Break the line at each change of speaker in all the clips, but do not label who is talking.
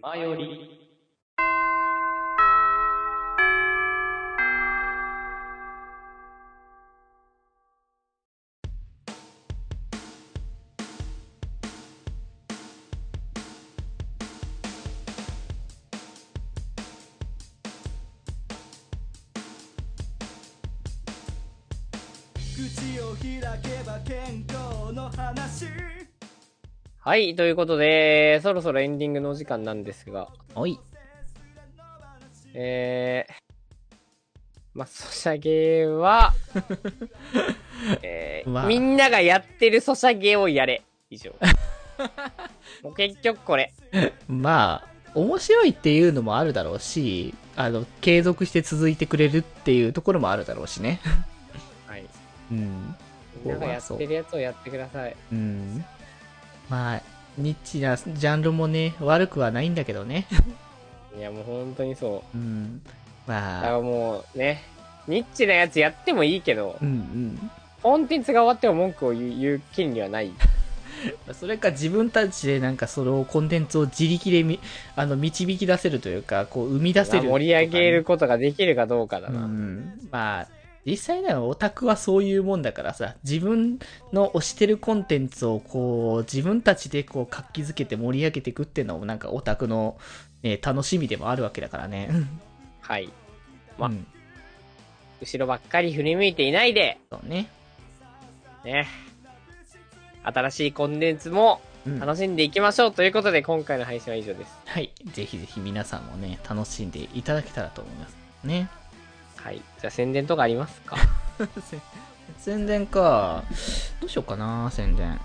前より。
口を開けば健康の話
はい、ということで、そろそろエンディングのお時間なんですが、
はい。
えー、まあ、ソシャゲ は、えー
まあ
みんながやってるソシャゲをやれ。以上。もう結局これ。
まあ、面白いっていうのもあるだろうし、あの、継続して続いてくれるっていうところもあるだろうしね。
はい。
うん。
みんながやってるやつをやってください。
うん。まあ、ニッチなジャンルもね、悪くはないんだけどね。
いや、もう本当にそう。
うん。ま
だか
あ、
らもうね、ニッチなやつやってもいいけど
う、んうん。
コンテンツが終わっても文句を言う言う権利はない。
それか自分たちでなんかそのコンテンツを自力でみあの導き出せるというか、こう生み 出せ
まあ
る、
盛り上げる。ことができるかどうかだ
う
な。
ん。まあ、実際にはオタクはそういうもんだからさ、自分の推してるコンテンツをこう、自分たちでこう活気づけて盛り上げていくっていうのもなんかオタクの、ね、楽しみでもあるわけだからね。
はい。まあ
うん
後ろばっかり振り向いていないで、
そうね。
ね。新しいコンテンツも
うん
楽しんでいきましょうということで、今回の配信は以上です。
はい。ぜひぜひ皆さんもね、楽しんでいただけたらと思います。ね。
はい。じゃあ宣伝とかあります か
宣伝か。どうしようかな、宣伝。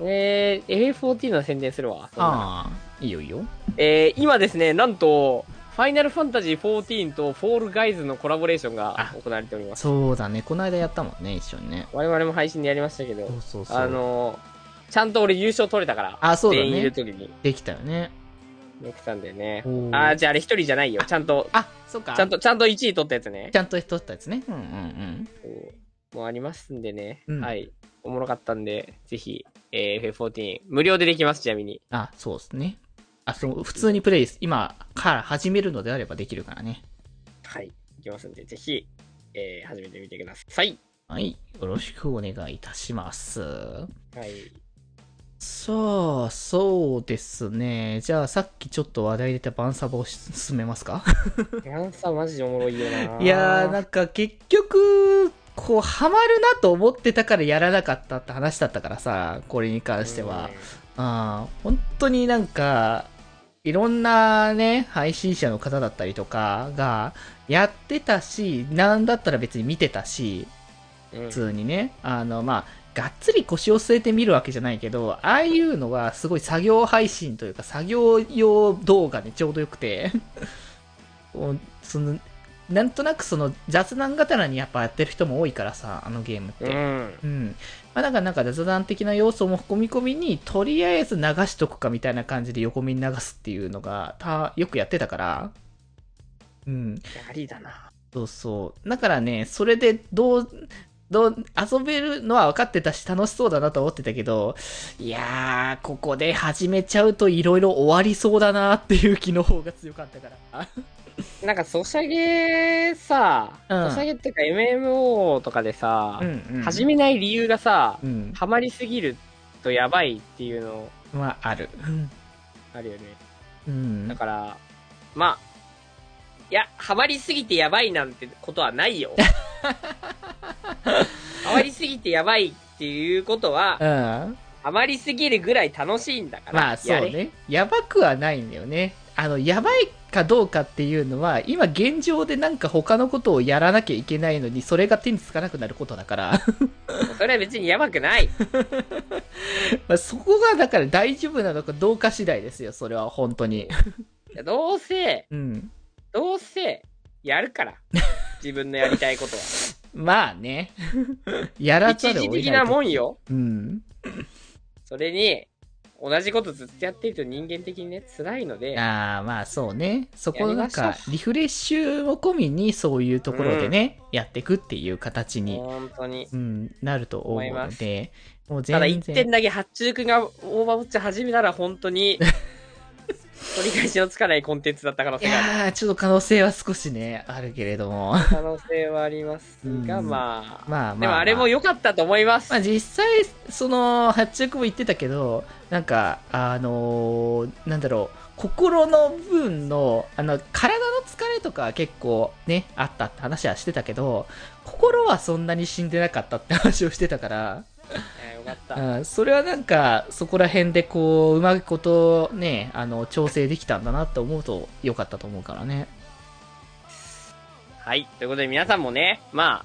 えー、FF14 の宣伝するわ。
ああ、いいよいいよ。
えー、今ですね、なんと、ファイナルファンタジー14とフォールガイズのコラボレーションが行われております。
そうだね、この間やったもんね、一緒にね。
我々も配信でやりましたけど
そ、うそうそう。
あ、のー、ちゃんと俺優勝取れたから、
あそうだね
全員いる時に、
できたよね。
できたんだよね。
おー
あー、じゃああれ一人じゃないよ。ちゃんと、
あ、そっか。
ちゃん。と、ちゃんと1位取ったやつね
ち。ゃんと取ったやつね。うんうんうん。
そうもうありますんでね、
うん
はいおもろかったんでぜひ、えー FF14 無料でできますちなみに
あ、そうですね。あ、そう、普通にプレイです。今から始めるのであればできるからね。
はいできますんでぜひ、えー始めてみてください
はい。よろしくお願いいたします。
はい
さあ、そうですね。じゃあ、さっきちょっと話題出たバンサバをし進めますか
ランサーマジでおもろいよ な
いやー、なんか結局、こう、ハマるなと思ってたからやらなかったって話だったからさ、これに関しては。あー本当になんか、いろんなね、配信者の方だったりとかが、やってたし、なんだったら別に見てたし、
うん、うん
普通にね、あの、まあ、がっつり腰を据えて見るわけじゃないけど、ああいうのはすごい作業配信というか、作業用動画でちょうどよくて、 こうその、なんとなくその雑談がたらにやっぱやってる人も多いからさ、あのゲームって。
うん
うん。まあ、だからなんか雑談的な要素も込み込みに、とりあえず流しとくかみたいな感じで横目に流すっていうのが、た、よくやってたから。うん。
ありだな
そうそう。だからね、それでどう、どう、遊べるのは分かってたし楽しそうだなと思ってたけど、いやー、ここで始めちゃうといろいろ終わりそうだなっていう気の方が強かったから。
なんかソシャゲさ、
うん
ソシャゲっていうか MMO とかでさ、
ん、うん
始めない理由がさ、
うん。
ハマりすぎるとやばいっていうの
まあ、ある。
あるよね
うん。
だから、まあ、いや、ハマりすぎてやばいなんてことはな いよ。ハマりすぎてやばいっていうことは、
うん。
ハマりすぎるぐらい楽しいんだから。
まあそう
やれ。
ね。やばくはないんだよね。あの、やばいかどうかっていうのは、今現状でなんか他のことをやらなきゃいけないのに、それが手につかなくなることだから、
それは別にやばくない。
まあそこがだから大丈夫なのかどうか次第ですよ、それは本当に。
いやどうせ、
うん。
どうせ、やる から。自分のやりたいことは。
まあ ね。やらざ
一
るを
時
得ない。
的なもん。よ。
うん。
それに、同じことずっとやってると人間的にね、辛いので、
ああ、まあそうね。そこなん
やりま
か
し、
リフレッシュも込みに、そういうところでね、やっていくっていう形に、
本当に。
うん、なると思う
思い
の
ま
で、もう全
ただ
然。
1点だけ八中君がオーバーウォッチ始めたら本当に取り返しのつかないコンテンツだった可能
い
性がある。
やー、ちょっと可能性は少しね、あるけれども。
可能性はありますが、
うん
ま
まあ
あ。
まあ、まあ。
でもあれも良かったと思います。
まあ実際、その、八中も言ってたけど、なんか、あのーなんだろう、心の部分の、あの、体の疲れとかは結構ね、あったって話はしてたけど、心はそんなに死んでなかったって話をしてたから、
えーよかった。
うん、それはなんか、そこら辺でこう、うまくことね、あの、調整できたんだなって思うと良かったと思うからね。
はい。ということで皆さんもね、まあ、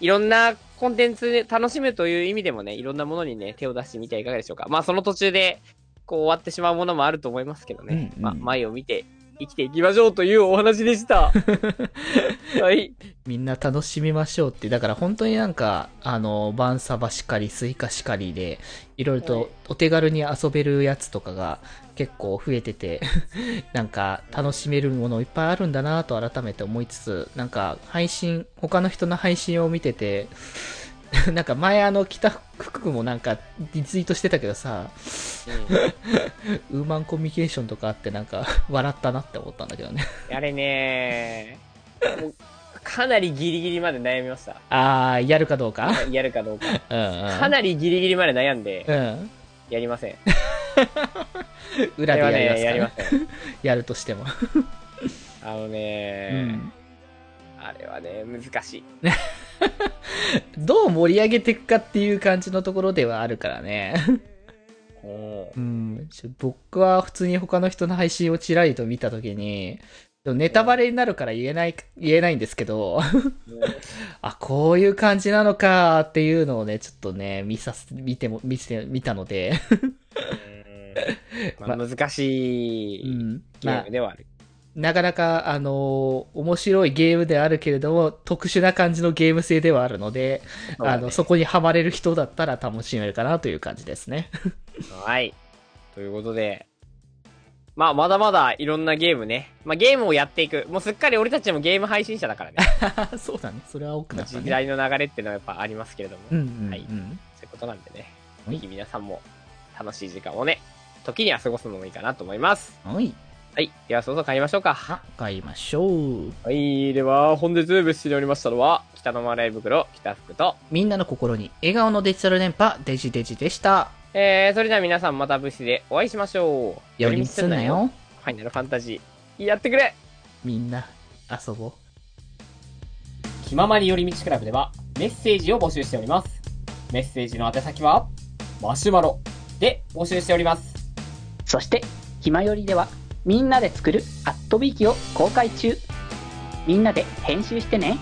いろんなコンテンツで楽しむという意味でもね、いろんなものにね、手を出してみてはいかがでしょうか。まあ、その途中で、こう終わってしまうものもあると思いますけどね。
うんうん
まあ、前を見て生きていきましょうというお話で した。はい。
みんな楽しみましょうって、だから本当になんか、あの、バンサバしかり、スイカしかりで、いろいろ
はい
とお手軽に遊べるやつとかが結構増えてて、 なんか楽しめるものいっぱいあるんだなと改めて思いつつ、なんか配信、他の人の配信を見てて、 なんか前あの北福君もなんかリツイートしてたけどさ、ウーマンコミュニケーションとかあってなんか 笑ったなって思ったんだけどね。
あれねもうかなりギリギリまで悩みました。
あー、やるかどうか
やるかどうか。
うん うん。
かなりギリギリまで悩んで
う、ん。
やりません。
裏でやります
や
かね
りま。せん。
やるとしても。
あの
う
ね
ん
あれはね、難しい。
どう盛り上げていくかっていう感じのところではあるからね。うん、ちょ僕は普通に他の人の配信をちらりと見たときに、でもネタバレになるから言えない、言えないんですけど、 あ、こういう感じなのかっていうのをね、ちょっとね、見させ、見ても、見せ、見たので、
まあ、難し
う
い
ん。
ゲ
ま
ー
あ
ム、ではある。
なかなか、あのー面白いゲームであるけれども、特殊な感じのゲーム性ではあるので、
そうだ
あ
ね
の、そこにハマれる人だったら楽しめるかなという感じですね。
はい。ということで、まあ、まだまだいろんなゲームね。まあ、ゲームをやっていく。もうすっかり俺たちもゲーム配信者だから ね。
あそうだね。それは多くなった
時
ね。
代の流れっていうのはやっぱありますけれども。
うんうん、うん。
はいそういうことなんでね。
は
ぜ
い
ひ皆さんも楽しい時間をね、時には過ごすのもいいかなと思います。
はい。
はい。では、そろそろ帰りましょうか。
あ、買いましょう。
はい。では、本日別室におりましたのは、北の丸い袋、北福と、
みんなの心に笑顔のデジタル電波、デジデジでした。
えー、それでは皆さんまた物資でお会いしましょう。
寄り道すんな。よ。
ファイナルファンタジー。やってくれ
みんな、遊ぼう。
気ままに寄り道クラブではメッセージを募集しております。メッセージの宛先は、マシュマロで募集しております。
そして、ひまよりでは、みんなで作るアットビーキを公開中。みんなで編集してね。